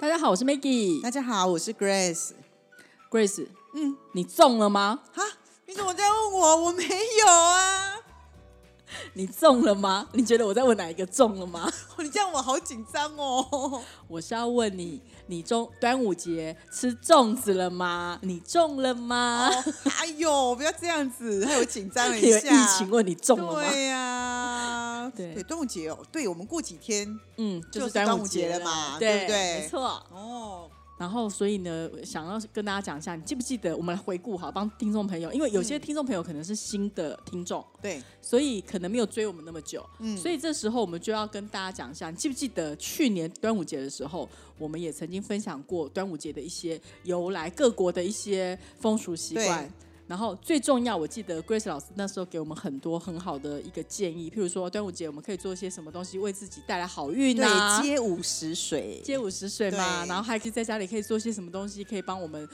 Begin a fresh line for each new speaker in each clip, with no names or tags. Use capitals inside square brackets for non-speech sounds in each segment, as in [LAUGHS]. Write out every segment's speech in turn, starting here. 大家好，我是 Maggie
大家好，我是 Grace。
Grace，
嗯，
你中了吗？
哈，你怎么在问我？我没有啊！
你中了吗？你觉得我在问哪一个中了吗？
你这样我好紧张哦。
我是要问你，你中端午节吃粽子了吗？你中了吗？
哎呦，不要这样子，害我紧张 [LAUGHS] 了
因为疫情问你中了吗？
对呀、
[LAUGHS] 对
端午节哦，对我们过几天
嗯，
就是是端
端
午
节
节了嘛
对
对不对
没错。
哦，
然后，所以呢，想要跟大家讲一下，你记不记得？我们来回顾好，帮听众朋友，因为有
嗯
些听众朋友可能是新的听众，
对，
所以可能没有追我们那么久，
嗯
所以这时候我们就要跟大家讲一下，你记不记得去年端午节的时候，我们也曾经分享过端午节的一些由来，各国的一些风俗习惯
对。
然后最重要，我记得 Grace 老师那时候给我们很多很好的一个建议，譬如说端午节我们可以做一些什么东西为自己带来好运啊，
对，街舞十水，
接五十岁嘛，
对
然后还可以在家里可以做些什么东西，可以帮我们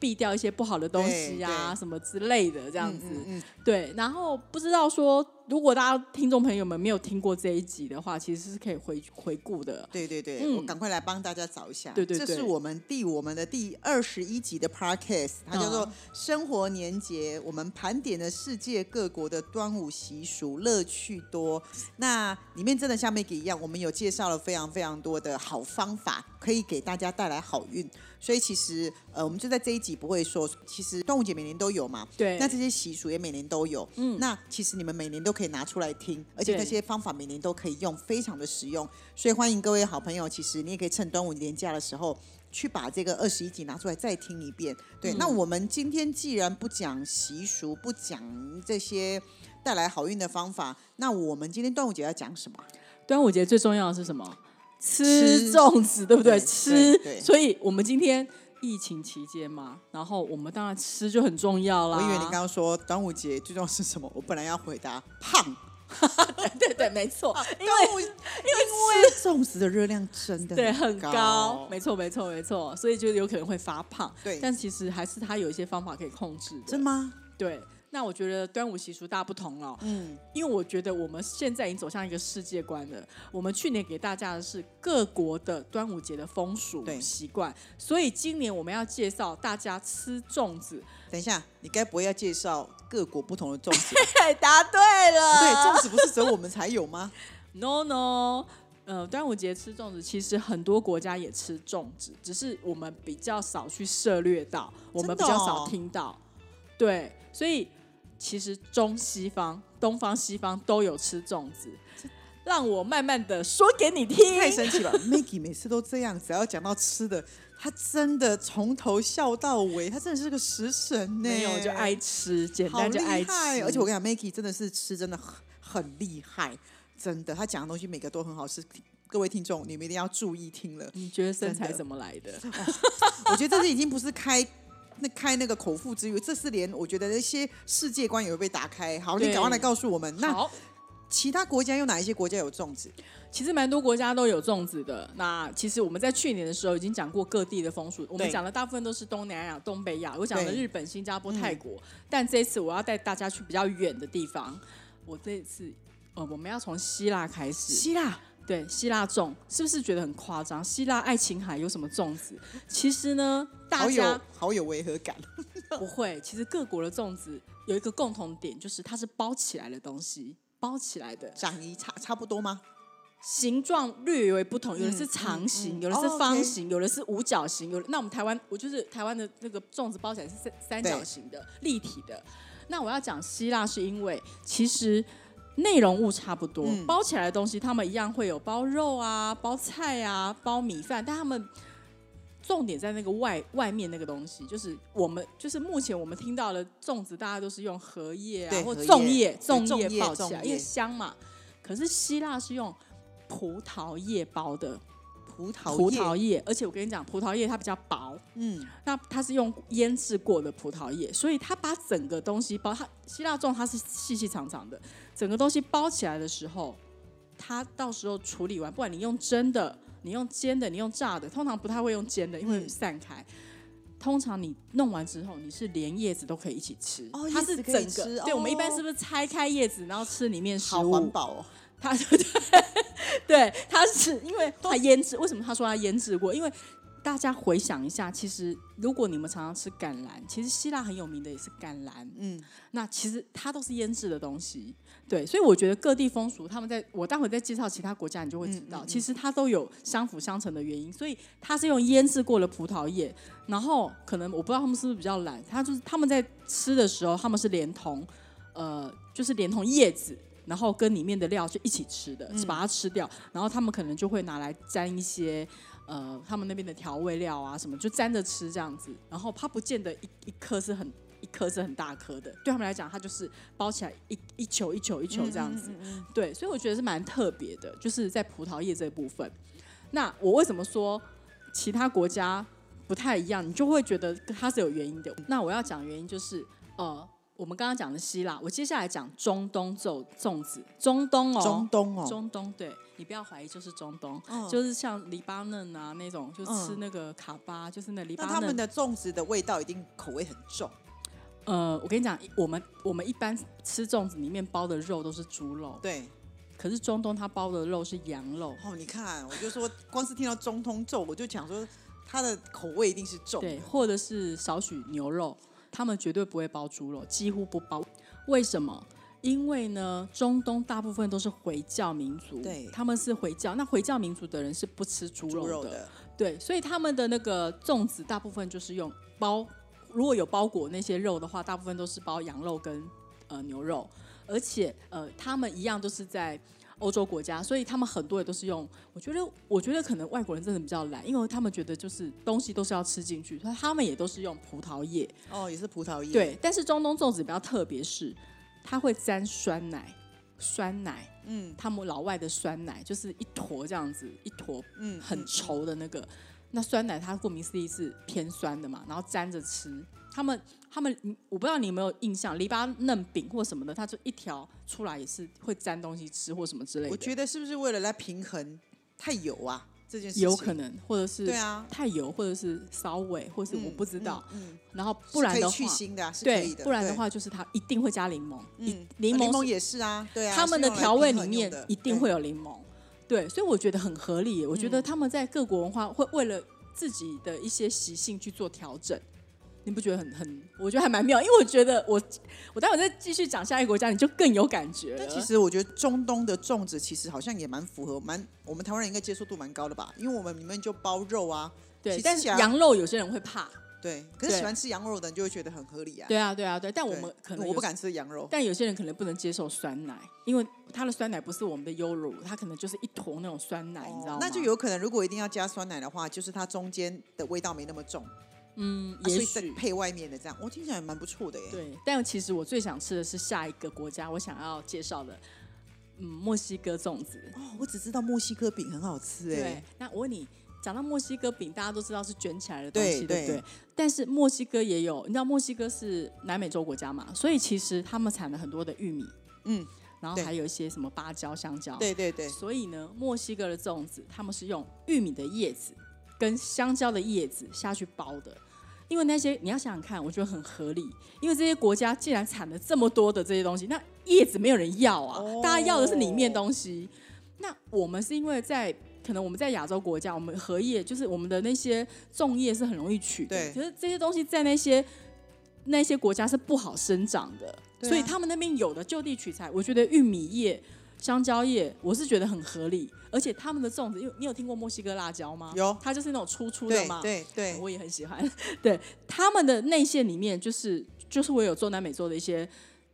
避掉一些不好的东西
对
啊，
对
什么之类的这
这
样子。
嗯，
对，然后不知道说，如果大家听众朋友们没有听过这一集的话，其实是可以回回顾的。
对对对，
嗯
我赶快来帮大家找一下。
对对对
这是我们第我们的第二十一集的 podcast，它叫
嗯
做《生活年节》，我们盘点了世界各国的端午习俗，乐趣多。那里面真的像 Maggie 一样，我们有介绍了非常非常多的好方法，可以给大家带来好运。所以其实呃，我们就在这一集不会说，其实端午节每年都有嘛，
对
那这些习俗也每年都有，嗯，那其实你们每年都可以拿出来听，而且
对
那些方法每年都可以用，非常的实用。所以欢迎各位好朋友，其实你也可以趁端午年假的时候。去把这个二十一集拿出来再听一遍。对，
嗯
那我们今天既然不讲习俗，不讲这些带来好运的方法，那我们今天端午节要讲什么？
端午节最重要的是什么？
吃
吃粽子，对不对？
对
吃
对对。
所以我们今天疫情期间嘛，然后我们当然吃就很重要啦。
我以为你刚刚说端午节最重要是什么？我本来要回答胖，
对对，没错，
啊
因为
端午因为吃粽子的热量真的
对很
高
高，，没错没错没错，所以就有可能会发胖。
对
但其实还是它有一些方法可以控制的。
真吗？
对。那我觉得端午习俗大不同
[LAUGHS]
了，
嗯，
因为我觉得我们现在已经走向一个世界观了。我们去年给大家的是各国的端午节的风俗
对
习惯，所以今年我们要介绍大家吃粽子。
等一下，你该不会要介绍各国不同的粽子？
[LAUGHS] 对， [LAUGHS] 答对
不
了
对，粽子不是只有我们才有
[LAUGHS]
吗？
No no，呃，端午节吃粽子，其实很多国家也吃粽子，只是我们比较少去涉略到，我们比
真的
较
哦
少听到。对，所以其实中西方、东方、西方都有吃粽子。让我慢慢的说给你听。
太神奇了，Maggie 每次都这样，只要讲到吃的，她真的从头笑到尾，她真的是个食神呢。
没有就爱吃，简
好
单
厉
就爱吃。
害！而且我跟你讲，Maggie 真的是吃真的很很厉害，真的，她讲的东西每个都很好吃。各位听众，你们一定要注意听了。
你觉得身
真
材
的
怎么来的？
我觉得这是已经不是开那开那个口腹之欲，这是连我觉得那些世界观也会被打开。好，你
对
赶快来告诉我们，那
好，
其他国家有哪一些国家有粽子？
其实蛮多国家都有粽子的。那其实我们在去年的时候已经讲过各地的风俗，我们
对
讲的大部分都是东南亚、东北亚，我讲的
对嗯
日本、新加坡、泰国。但这一次我要带大家去比较远的地方。我这一次，呃，我们要从希腊开始。
腊
对，希腊粽是不是觉得很夸张？希腊爱琴海有什么粽子？其实呢，大
好
家
有好有违和感， [LAUGHS]
不会，其实各国的粽子有一个共同点，就是它是包起来的东西，包起来的
长一差差不多吗？
形状略为不同，有的是长形，有的是
嗯哦，OK
方形，有的是五角形，有的那我们台湾，我就是台湾的那个粽子包起来是三三角形的立体的。那我要讲希腊是因为其实。内容物差不多，
嗯
包起来的东西，他们一样会有包肉啊、包菜啊、包米饭，但他们重点在那个外外面那个东西，就是我们就是目前我们听到的粽子，大家都是用荷叶啊
对
或
荷叶
粽叶、
对
粽
粽
叶
叶
包起来，
粽
因为
叶
香嘛。可是希腊是用葡萄叶包的，
葡萄
葡
叶，
萄叶，而且我跟你讲，葡萄叶它比较薄，
嗯，
那它是用腌制过的葡萄叶，所以它把整个东西包，它希腊粽它是细细长长的，整个东西包起来的时候，它到时候处理完，不管你用蒸的，你用煎的，你用炸的，通常不太会用煎的，因为
嗯
散开。通常你弄完之后，你是连叶子都可以一起吃，
哦
它
叶子
是
可以
整个。
吃
对，我们一般
哦
是不是拆开叶子，然后吃里面食
好环
物？
保哦，
它对，对，它是因为它腌制。为什么他说他腌制过？因为大家回想一下，其实如果你们常常吃橄榄，其实希腊很有名的也是橄榄。
嗯，
那其实它都是腌制的东西，对，所以我觉得各地风俗，他们在我待会再介绍其他国家，你就会知道，其实它都有相辅相成的原因。所以它是用腌制过的葡萄叶，然后可能我不知道他们是不是比较懒，他就是他们在吃的时候，他们是连同呃，就是连同叶子。然后跟里面的料就一起吃的，是把它吃掉。然后他们可能就会拿来沾一些，呃，他们那边的调味料啊什么，就沾着吃这样子。然后它不见得一一颗是很一颗是很大颗的，对他们来讲，它就是包起来一一球一球一球这样子。对，所以我觉得是蛮特别的，就是在葡萄叶这部分。那我为什么说其他国家不太一样？你就会觉得它是有原因的。那我要讲原因就是，呃，我们刚刚讲的希腊，我接下来讲中东粽粽子，中东哦，
中东哦，
中东，对你不要怀疑，就是中东，
嗯
就是像黎巴嫩啊那种，就吃
嗯
那个卡巴，就是那黎巴
那
嫩。
他们的粽子的味道一定口味很重，
呃，我跟你讲，我们我们一般吃粽子里面包的肉都是猪肉，
对，
可是中东它包的肉是羊肉。
哦，你看，我就说，光是听到中通粽，我就想说，它的口味一定是重
对，
的，
或者是少许牛肉，他们绝对不会包猪肉，几乎不包。为什么？因为呢，中东大部分都是回教民族，
对
他们是回教。那回教民族的人是不吃猪
猪
肉
肉
的，
的，
对，所以他们的那个粽子大部分就是用包，如果有包裹那些肉的话，大部分都是包羊肉跟呃牛肉，而且呃他们一样都是在。欧洲国家，所以他们很多也都是用。我觉得，我觉得可能外国人真的比较懒，因为他们觉得就是东西都是要吃进去，所以他们也都是用葡萄叶。
哦，也是葡萄叶，，
对，但是中东粽子比较特别是，它会沾酸奶，酸奶，
嗯
他们老外的酸奶就是一坨这样子，一坨
嗯，
很
嗯
稠的那个。那酸奶它顾名思义是偏酸的嘛，然后沾着吃。他们他们，嗯我不知道你有没有印象，黎巴嫩饼或什么的，它就一条出来也是会沾东西吃或什么之类的。
我觉得是不是为了来平衡太油啊这件事情？
有可能，或者是
对啊，
太油，或者是骚味，或者是
嗯
我不知道。
嗯，嗯
然后不然的
是可以去
话，
腥的啊，是可以
对，
的，
不然的
对，
话就是它一定会加柠檬，
嗯，
柠
啊
檬是
也是啊，对啊，
他们
是
的
用来
调味
平
里
衡
面
用的
一定会，有柠檬，对，所以我觉得很合理耶。我觉
嗯
得他们在各国文化会为了自己的一些习性去做调整，你不觉得很很？我觉得还蛮妙，因为我觉得我我待会再继续讲下一个国家，你就更有感觉
对
了。
但其实我觉得中东的粽子其实好像也蛮符合，蛮我们台湾人应该接受度蛮高的吧，因为我们里面就包肉啊，其
对，
实
但是
讲
羊肉有些人会怕，
对，可是
对
喜欢吃羊肉的人就会觉得很合理啊，
对啊，对啊，对。但
对，
我们可能
我
有
不，敢吃羊肉，
但有些人可能不能接受酸奶，因为它的酸奶不是我们的优乳，它可能就是一坨那种酸奶，你知道
哦
吗？
那就有可能，如果一定要加酸奶的话，就是它中间的味道没那么重，啊
嗯，
所
也
以再
许
配外面的这样，我听起来蛮不错的耶。
对，但其实我最想吃的是下一个国家，我想要介绍的，嗯，墨西哥粽子。
哦，我只知道墨西哥饼很好吃
对
哎，，
那我问你，讲到墨西哥饼，大家都知道是卷起来的东
对
西，对不
对
对？但是墨西哥也有，你知道墨西哥是南美洲国家嘛，所以其实他们产了很多的玉米，
嗯，
然后
对
还有一些什么芭蕉、香蕉，
对对对，
所以呢，墨西哥的粽子他们是用玉米的叶子跟香蕉的叶子下去包的，因为那些你要想想看，我觉得很合理，因为这些国家既然产了这么多的这些东西，那叶子没有人要啊，
哦
大家要的是里面东西。那我们是因为在可能我们在亚洲国家，我们荷叶就是我们的那些粽叶是很容易取的，
对
可是这些东西在那些那些国家是不好生长的，
对啊
所以他们那边有的就地取材，我觉得玉米叶、香蕉叶，我是觉得很合理。而且他们的粽子，因为你有听过墨西哥辣椒吗？
有
它就是那种粗粗的
对
嘛。
对对，
我也很喜欢。 [LAUGHS] 对，他们的内馅里面就是就是我有做南美洲的一些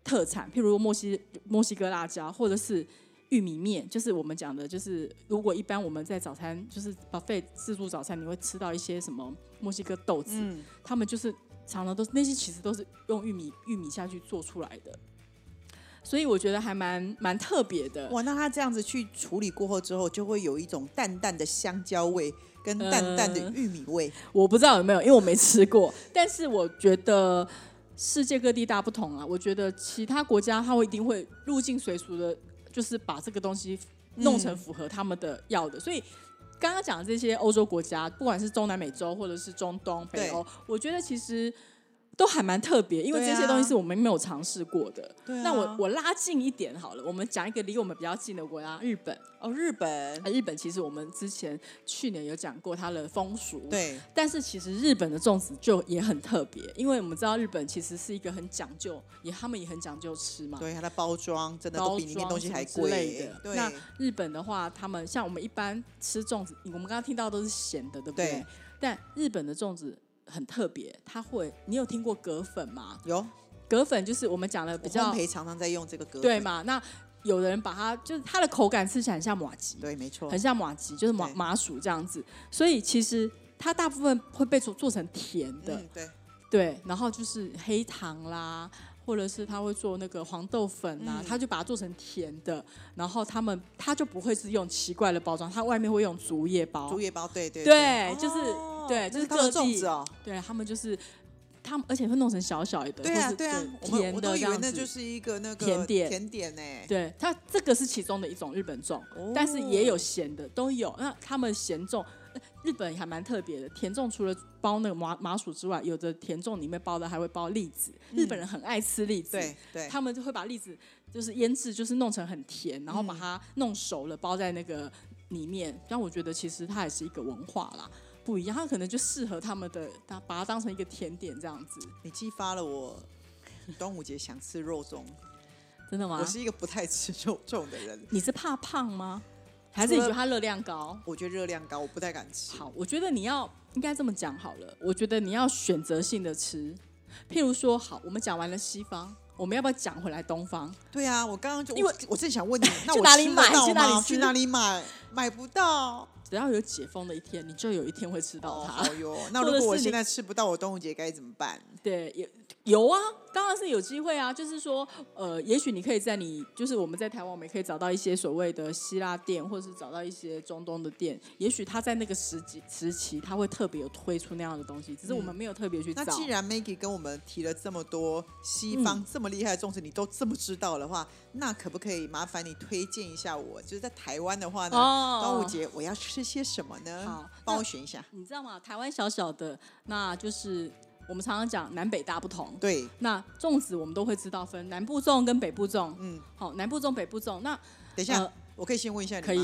特产，譬如墨西墨西哥辣椒，或者是。玉米面就是我们讲的，就是如果一般我们在早餐就是 buffet 自助早餐，你会吃到一些什么墨西哥豆子，
嗯，
他们就是常常都是那些其实都是用玉米玉米下去做出来的。所以我觉得还蛮蛮特别的。
哇，那它这样子去处理过后之后，就会有一种淡淡的香蕉味跟淡淡的
呃
玉米
[LAUGHS]
味。
我不知道有没有，因为我没吃过， [LAUGHS] 但是我觉得。世界各地大不同啊，我觉得其他国家他会一定会入境随俗的，就是把这个东西弄成符合他们的要
嗯
的。所以刚刚讲的这些欧洲国家，不管是中南美洲或者是中东、北欧，我觉得其实都还蛮特别，因为
对
这
啊
些东西是我们没有尝试过的。
对啊
那我我拉近一点好了，我们讲一个离我们比较近的国家，日本。
哦，日本
啊，日本其实我们之前去年有讲过它的风俗，。
对
但是其实日本的粽子就也很特别，因为我们知道日本其实是一个很讲究，也他们也很讲究吃嘛。
对，它的包装真的都
包
比里面
装
东西
什么
还
之
贵
类
耶
的。
对，
那日本的话，他们像我们一般吃粽子，我们刚刚听到都是咸的，对不
对
但日本的粽子很特别，它会，你有听过葛粉吗？
有
葛粉就是我们讲的
我
比
烘
较
焙常常在用这个格
对
粉？
嘛？那有的人把它就是它的口感吃起来很像马吉，
对，没错
很。像马吉，就是麻
对
麻薯这样子。所以其实它大部分会被做做成甜的，
嗯，对，
对，然后就是黑糖啦，或者是他会做那个黄豆粉啊，
嗯
他就把它做成甜的。然后他们他就不会是用奇怪的包装，他外面会用竹叶包
竹，叶包，对对
对就是
哦
对
那
就是
是他们
各地
粽子哦。
对他们就是他们，而且会弄成小小的，
对
或
啊，
是
对啊，我们
甜
我
的
都
这
以为
样
那
子
就是一个那个
甜点
甜点呢。
对，它这个是其中的一种日本粽，
哦
但是也有咸的，都有。那他们咸粽，呃日本还蛮特别的，甜粽除了包那个麻麻薯之外，有的甜粽里面包的还会包栗子。日本人很爱吃栗子，
嗯对对，
他们就会把栗子就是腌制，就是弄成很甜，然后把它弄熟了，包在那个里面。但我觉得其实它也是一个文化啦。不一样，它可能就适合他们的，它把它当成一个甜点这样子，
你激发了我 [LAUGHS] 端午节想吃肉粽。
真的吗
我？是一个不太吃肉 [LAUGHS] 粽的人，
你是怕胖吗？还是你觉得它热量高？
我觉得热量高，我不太敢吃。
好，我觉得你要应该这么讲好了。我觉得你要选择性的吃，譬如说，好，我们讲完了西方，我们要不要讲回来东方？
对啊，我刚刚就
因为
我我正想问你，
[LAUGHS]
那
去
我
哪里
吃得
买
到
去哪里
吗
吃
去哪里买？买不到。
只要有解封的一天，你就有一天会吃到
哦，
它。
好
[LAUGHS]
哟。那
或
如
者
果我
是
现
你
在吃不到，我端午节该怎么办？
对，有有啊，当然是有机会啊。就是说，呃，也许你可以在你就是我们在台湾，我们也可以找到一些所谓的希腊店，或者是找到一些中东的店。也许他在那个时期时期，他会特别有推出那样的东西，只是我们没有特别去找。
那既然 Maggie 跟我们提了这么多西方这么厉害的粽子，你都这么知道的话，那可不可以麻烦你推荐一下我？就是在台湾的话呢，
哦
端午节我要吃些什么呢？
好
帮
那
我选一下。
你知道吗？台湾小小的，那就是我们常常讲南北大不同。
对，
那粽子我们都会知道分南部粽跟北部粽，
嗯，
好，南部粽、北部粽。那
等一下，
呃
我可以先问一下你吗
可以，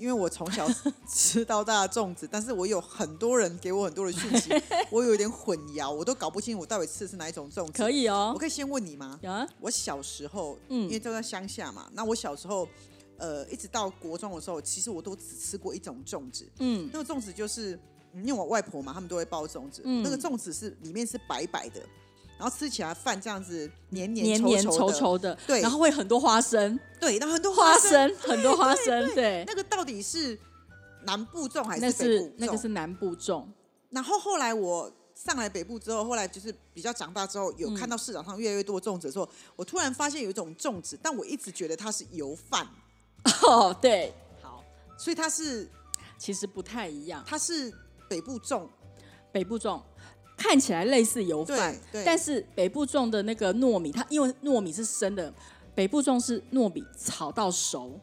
因为我从小吃到大的粽子，但是我有很多人给我很多的讯
[LAUGHS]
息，我有点混淆，我都搞不清我到底吃的是哪一种粽子。
可以
我
哦，
可以先问你吗？
啊，
我小时候，
嗯
因为都在乡下嘛，那我小时候，呃，一直到国中的时候，其实我都只吃过一种粽子，
嗯，
那个粽子就是，嗯因为我外婆嘛，他们都会包粽子，
嗯
那个粽子是里面是白白的，然后吃起来饭这样子黏黏
黏
稠
黏
稠
稠
的
稠的，
对
然后会很多花生，
对，然后很多
花
生，啊
生很多花生，对，
那个到底是南部粽还
那
是北部
是
粽？
那个是南部
[LAUGHS]
粽，
然后后来我上来北部之后，后来就是比较长大之后，有看
嗯
到市场上越来越多的粽子的时候，我突然发现有一种粽子，但我一直觉得它是油饭，
哦，对，好，
所以它是
其实不太一样，
它是北部粽，
北部粽。看起来类似油饭
对，对，
但
是
是北部种的那个糯米，它因为糯米是生的，北部种是糯米炒到熟，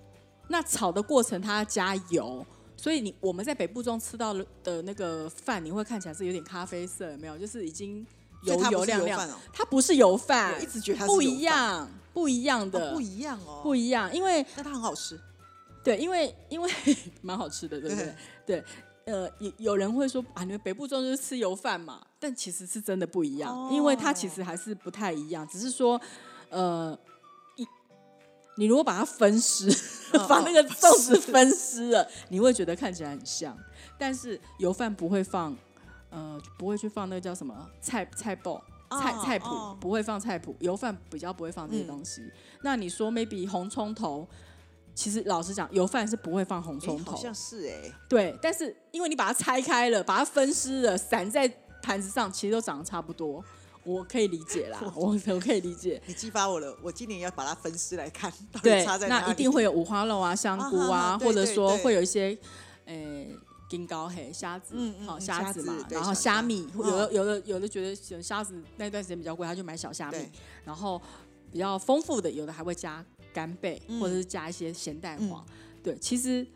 那炒的过程它要加油，所以你我们在北部种吃到的的那个饭，你会看起来是有点咖啡色，有没有？就是已经油
它不是
亮
油
亮，
饭哦，
它不是油
我
饭
一，直觉得它是
哎不
油
一
饭，
样，不一样的，
哦不一样哦，
不一样，因为
但它很好吃，
对，因为因为 [LAUGHS] 蛮好吃的，对不对？ [LAUGHS] 对。呃，有有人会说啊，你们北部粽就是吃油饭嘛，但其实是真的不一样，
哦
因为它其实还是不太一样，只是说，呃，一你如果把它分尸，
嗯
[LAUGHS] 把那个粽子
是
分尸了，你会觉得看起来很像，但是油饭不会放，呃，不会去放那个叫什么菜菜爆。菜
哦
菜谱、
哦嗯
不会放菜谱，油饭比较不会放这些东西。那你说 maybe 红葱头，其实老实讲，油饭是不会放红葱
诶
头，
好像是哎，
对。但是因为你把它拆开了，把它分尸了，散在盘子上，其实都长得差不多。我可以理解
[LAUGHS]
啦，我我可以理解。
你激发我了，我今年要把它分尸来看，到底
对
差在，哪里？
那一定会有五花肉啊、香菇
啊哈
啊，
哈对
或者
对
说
对
会有一些，呃，金高黑虾子，
嗯嗯
好
嗯
虾
虾
子
子
嘛，
对
然后
小
虾
虾
米，
嗯
有的有的有的觉得虾子那段时间比较贵，他就买小虾米
对，
然后比较丰富的，有的还会加干贝，
嗯
或者是加一些咸蛋黄。对，其实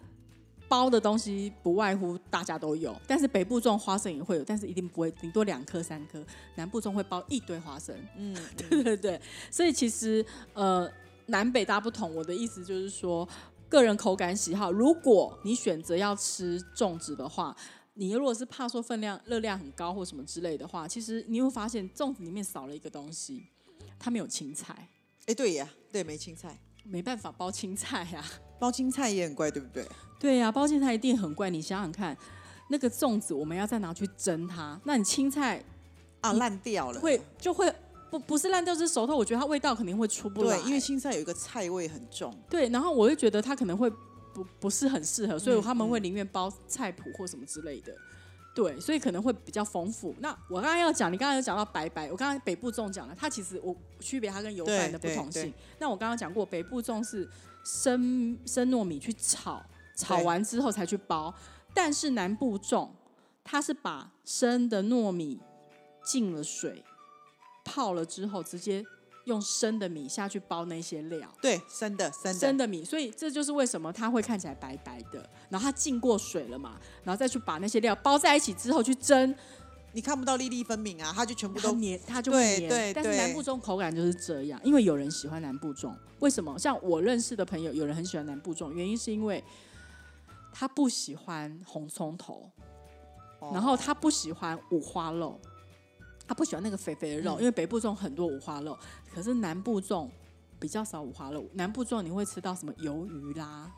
包的东西不外乎大家都有，但是北部种花生也会有，但是一定不会顶多两颗三颗，南部种会包一堆花生。
嗯，
对 [LAUGHS] 对对，所以其实呃南北大不同，我的意思就是说，个人口感喜好，如果你选择要吃种植的话。你如果是怕说分量热量很高或什么之类的话，其实你会发现粽子里面少了一个东西，它没有青菜，
哎，对呀，对，没青菜，
没办法包青菜啊。 [LAUGHS]
包青菜也很怪，对不对？
对呀、包青菜一定很怪。你想想看，那个粽子我们要再拿去蒸它，那你青菜
啊，烂掉了，
会就会不不是烂掉，是熟透。我觉得它味道肯定会出不来，
对，因为青菜有一个菜味很重，
对，然后我会觉得它可能会不不是很适合，所以
嗯
他们会宁愿包菜谱或什么之类的。对，所以可能会比较丰富。那我刚刚要讲，你刚刚有讲到白白，我刚刚北部粽讲了，它其实我区别它跟油饭的不
对对
同性
对。
那我刚刚讲过，北部粽是生生糯米去炒，炒完之后才去包，但是南部粽它是把生的糯米浸了水，泡了之后直接用生的米下去包那些料。
对，生的生的，
生的米，所以这就是为什么它会看起来白白的。然后它浸过水了嘛，然后再去把那些料包在一起之后去蒸，
你看不到粒粒分明啊，它就全部
它
都
黏，它就会
对
黏。
对
但是
对
南部粽口感就是这样，因为有人喜欢南部粽，为什么？像我认识的朋友，有人很喜欢南部粽，原因是因为他不喜欢红葱头，
哦
然后他不喜欢五花肉，他不喜欢那个肥肥的肉，
嗯
因为北部粽很多五花肉，可是南部粽比较少五花肉。南部粽你会吃到什么鱿鱼啦，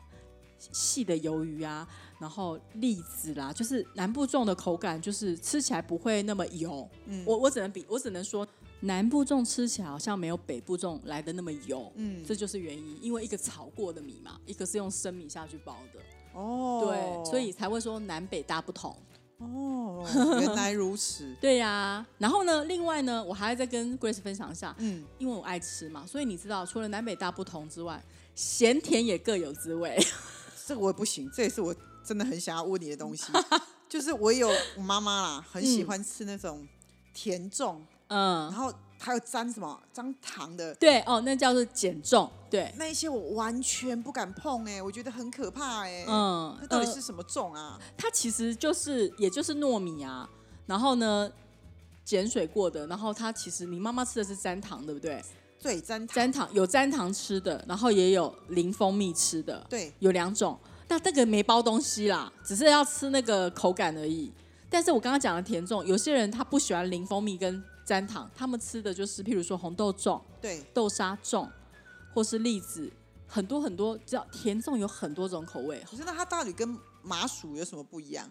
细的鱿鱼啊，然后栗子啦，就是南部粽的口感就是吃起来不会那么油。
嗯
我我只能比，我只能说南部粽吃起来好像没有北部粽来的那么油。
嗯
这就是原因，因为一个炒过的米嘛，一个是用生米下去包的，
哦，
对，所以才会说南北大不同。，
哦，原来如此
[LAUGHS] 对呀、然后呢，另外呢，我还要再跟 Grace 分享一下，
嗯，
因为我爱吃嘛，所以你知道，除了南北大不同之外，咸甜也各有滋味。 [LAUGHS]
这个我也不行，这也是我真的很想要问你的东
[LAUGHS]
西，就是我有我妈妈啦，
嗯
很喜欢吃那种甜粽，然
嗯，
后还有沾什么沾糖的。
对哦，那叫做减重，对，
那一些我完全不敢碰哎、我觉得很可怕哎、
嗯
那到底
呃
是什么粽啊？
它其实就是也就是糯米啊，然后呢。碱水过的，然后它其实你妈妈吃的是粘糖，对不对？
对，沾糖，
粘糖有粘糖吃的，然后也有零蜂蜜吃的，
对，
有两种。那那个没包东西啦，只是要吃那个口感而已。但是我刚刚讲的甜粽，有些人他不喜欢零蜂蜜跟粘糖，他们吃的就是譬如说红豆粽、
对，
豆沙粽，或是栗子，很多很多，知道甜粽有很多种口味，
可是那它到底跟麻薯有什么不一样？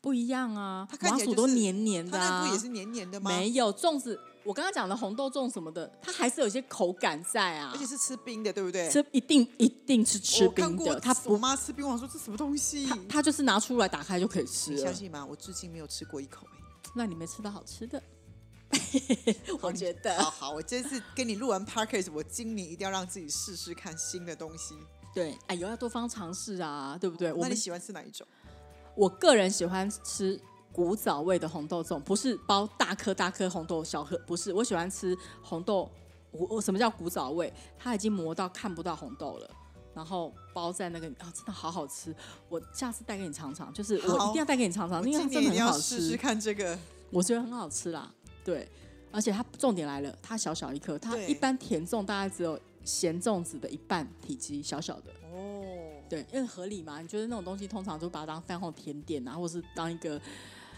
不一样啊。
它看
麻
起来
薯
就
都
是
黏黏
它
的、啊，
那不也是黏黏的吗？
没有粽子。我刚刚讲的红豆粽什么的，它还是有一些口感在啊
而。且是吃冰的，对不对？
吃一定一定是吃
我看
冰
过
的，它
我
不，
妈吃冰，我想说这什么东西？
它啊就是拿出来打开就可以吃
你
了
相。信吗？我至今没有吃过一口、欸。
那你没吃到好吃
[LAUGHS]
的，我觉
好
得
好，我这次跟你录完 podcast，我今年一定要让自己试试看新的东西。
对，哎呦，要多方尝试啊，对不对？我
那
们
你喜欢吃哪一种？
我个人喜欢吃古早味的红豆粽，不是包大颗大颗红豆小颗，不是，我喜欢吃红豆。我我什么叫古早味？它已经磨到看不到红豆了，然后包
[LAUGHS]
在那个啊，真的好好吃。我下次带给你尝尝，就是我一
好
定要带给你尝尝，
我
因为它
今
真
年一
的
定
很
要
好
试试
吃。
看这个。
我觉得很好吃啦，对，而且它重点来了，它小小一颗，它
对
一般甜粽大概只有咸粽子的一半体积，小小的，
哦，
对，因为合理嘛。你觉得那种东西通常就把它当饭后甜点啊，或是当一个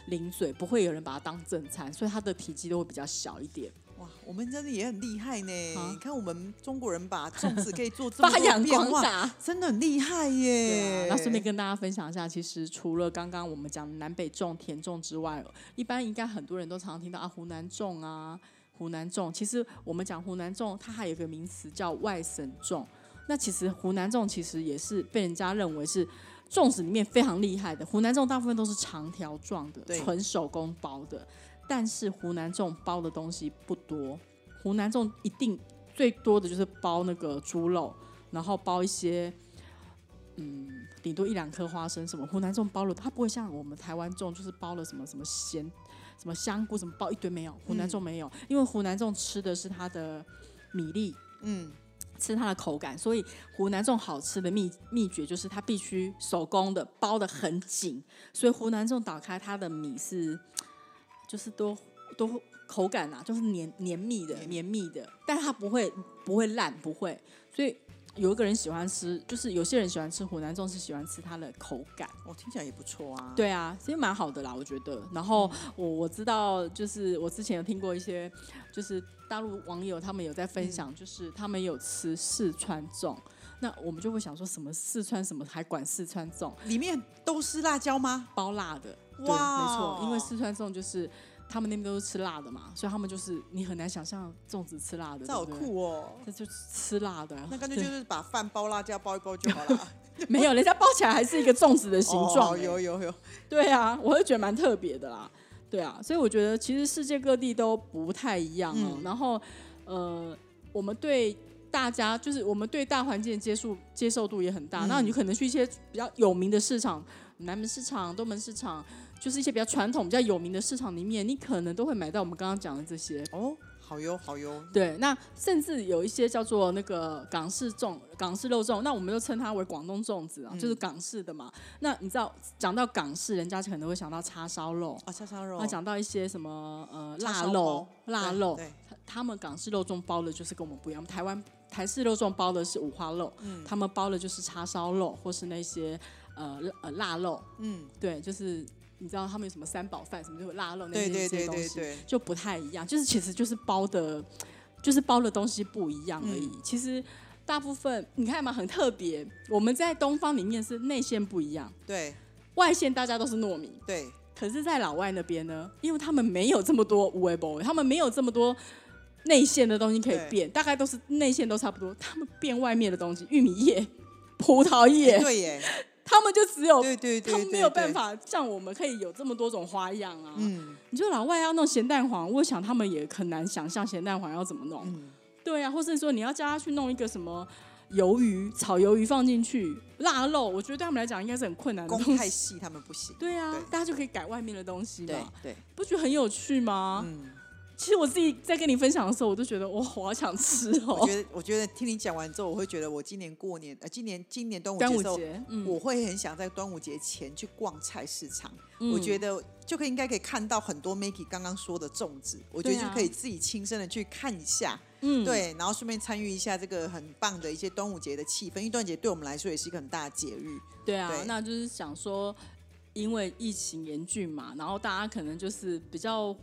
零嘴，不会有人把它当正餐，所以它的体积都会比较小一点，
哇，我们真的也很厉害呢！
啊
你看我们中国人把粽子可以做这么
发
多
扬
的
光
变化，
大。
真的很厉害
对
耶
啊。那顺便跟大家分享一下，其实除了刚刚我们讲的南北粽、甜粽之外，一般应该很多人都常听到啊湖南粽啊，湖南粽。其实我们讲湖南粽，它还有一个名词叫外省粽。那其实湖南粽其实也是被人家认为是粽子里面非常厉害的。湖南粽大部分都是长条状的，
对
纯手工包的。但是湖南粽包的东西不多，湖南粽一定最多的就是包那个猪肉，然后包一些，嗯，顶多一两颗花生什么。湖南粽包了，它不会像我们台湾粽就是包了什么什么咸、什么香菇什么包一堆没有，湖南粽没有，因为湖南粽吃的是它的米粒，
嗯，
吃它的口感，所以湖南粽好吃的秘秘诀就是它必须手工的包的很紧，所以湖南粽打开它的米是就是多多口感啊，就是黏黏密的绵密的，但它不会不会烂，不会。所以有一个人喜欢吃，就是有些人喜欢吃湖南粽是喜欢吃它的口感。
我听起来也不错啊。，
对啊，其实蛮好的啦，我觉得。然后
嗯
我我知道，就是我之前有听过一些，就是大陆网友他们有在
嗯
分享，就是他们有吃四川粽。那我们就会想说，什么四川什么还管四川粽，
里面都是辣椒吗？
包辣的，对
哇
没错，因为
哦
四川粽就是他们那边都是吃辣的嘛，所以他们就是你很难想象粽子吃辣的，
这好
对不对，
酷哦。
这就是吃辣的啊，
那干脆
对
就是把饭包辣椒包一包就好了，
没有，人家包起来还是一个粽子的 [LAUGHS] 形状、
哦
欸
有有有，
对啊，我会觉得蛮特别的啦。对啊，所以我觉得其实世界各地都不太一样哦。
嗯
然后，呃，我们对大家就是我们对大环境的接受接受度也很大。
嗯
那你可能去一些比较有名的市场，南门市场、东门市场，就是一些比较传统、比较有名的市场里面，你可能都会买到我们刚刚讲的这些。
哦，好哟好哟，
对，那甚至有一些叫做那个港式粽、港式肉粽，那我们就称它为广东粽子啊，就是
嗯
港式的嘛。那你知道，讲到港式，人家可能会想到叉烧肉，
啊，叉烧肉
啊，，讲到一些什么呃
叉
腊
烧
肉
包、
腊
对
肉，
对，
他他们港式肉粽包的就是跟我们不一样，台湾台式肉粽包的是五花肉，
嗯
他们包的就是叉烧肉或是那些呃辣呃腊肉，
嗯，
对，就是你知道他们有什么三宝饭什么，就有腊肉那
对
些
对
这些
对
东
对
西，
对，
就不太一样，就是其实就是包的，就是包的东西不一样而已。
嗯
其实大部分你看嘛，很特别。我们在东方里面是内馅不一样，
对
外馅大家都是糯米，
对，
可是，在老外那边呢，因为他们没有这么多无为 b 他们没有这么多内馅的东西可以
对
变，大概都是内馅都差不多，他们变外面的东西，玉米叶、葡萄叶，
哎对耶，
他们就只有。
对对对，
哦他们没有
对
办，法像我们可以有这么多种花样啊！
对嗯
你说老外要弄咸蛋黄，我想他们也很难想象咸蛋黄要怎么弄。
嗯，
对啊，或是说你要叫他去弄一个什么鱿鱼、炒鱿鱼放进去，腊肉，我觉得对他们来讲应该是很困难的
工
东西。
太细他们不行，
哦对啊，
对
大家就可以改外面的东西嘛，
对，
不觉得很有趣吗？
嗯，
其实我自己在跟你分享的时候，我都觉得哇，我好想吃
我
哦。
觉得我觉得听你讲完之后，我会觉得我今年过年呃，今年今年端午节
端
的
午
时候。
节，嗯，
我会很想在端午节前去逛菜市场，
嗯
我觉得就可以应该可以看到很多 Maggie 刚刚说的粽子，我觉得
对啊
就可以自己亲身的去看一下，
嗯，
对，然后顺便参与一下这个很棒的一些端午节的气氛，因为端午节对我们来说也是一个很大的节日，
对啊，
对
那就是想说，因为疫情严峻嘛，然后大家可能就是比较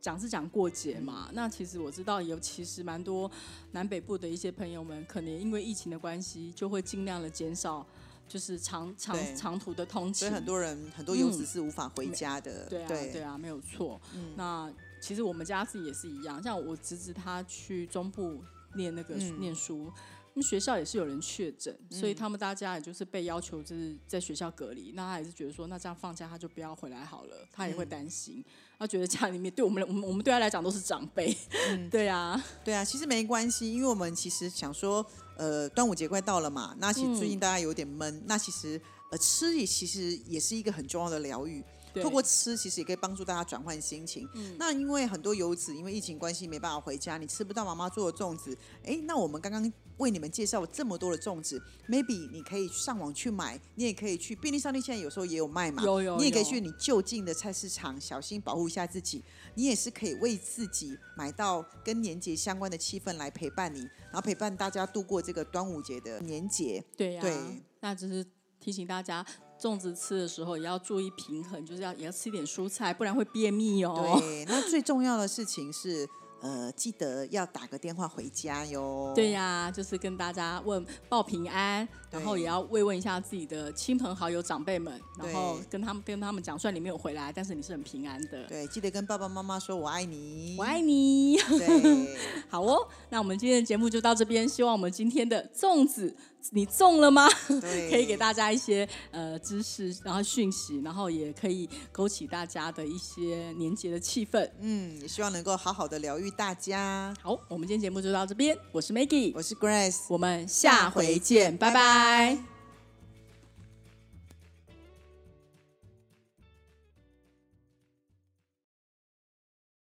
讲是讲过节嘛。
嗯
那其实我知道有其实蛮多南北部的一些朋友们，可能因为疫情的关系，就会尽量的减少就是长长
对
长途的通
所
勤
以。很多人很多游子是无法回家的，
嗯对啊，对啊，没有错。
嗯
那其实我们家自己也是一样，像我侄子他去中部念那个、
嗯
念书，那学校也是有人确诊，所以他们大家也就是被要求就是在学校隔离。那他也是觉得说，那这样放假他就不要回来好了，他也会
嗯
担心，他觉得家里面对我们我们我们对他来讲都是长辈，
嗯
对啊，
对啊，其实没关系，因为我们其实想说，呃，端午节快到了嘛，那其实最近大家有点闷，那其实呃吃也其实也是一个很重要的疗愈，
对
透过吃其实也可以帮助大家转换心情。那因为很多游子因为疫情关系没办法回家，你吃不到妈妈做的粽子，哎，那我们刚刚为你们介绍了这么多的粽子，maybe 你可以上网去买，你也可以去便利商店，现在有时候也有卖嘛，
有有
你也可以
有
去你就近的菜市场，小心保护一下自己。你也是可以为自己买到跟年节相关的气氛来陪伴你，然后陪伴大家度过这个端午节的年节。
对呀、
对
那只是提醒大家。粽子吃的时候也要注意平衡，就是要也要吃一点蔬菜，不然会便秘哦。
对，那最重要的事情是，呃，记得要打个电话回家哟。
对呀、就是跟大家问报平安，
对
然后也要慰问一下自己的亲朋好友、长辈们，然后
对
跟他们跟他们讲，虽然你没有回来，但是你是很平安的，
对，记得跟爸爸妈妈说我爱你，
我爱你。 [LAUGHS]
对，
好哦，那我们今天的节目就到这边，希望我们今天的粽子你中了吗？ [LAUGHS]
对，
可以给大家一些呃知识，然后讯息，然后也可以勾起大家的一些年节的气氛。
嗯，也希望能够好好的疗愈大家。
好，我们今天节目就到这边，我是 Maggie，
我是 Grace，
我们下回见，拜拜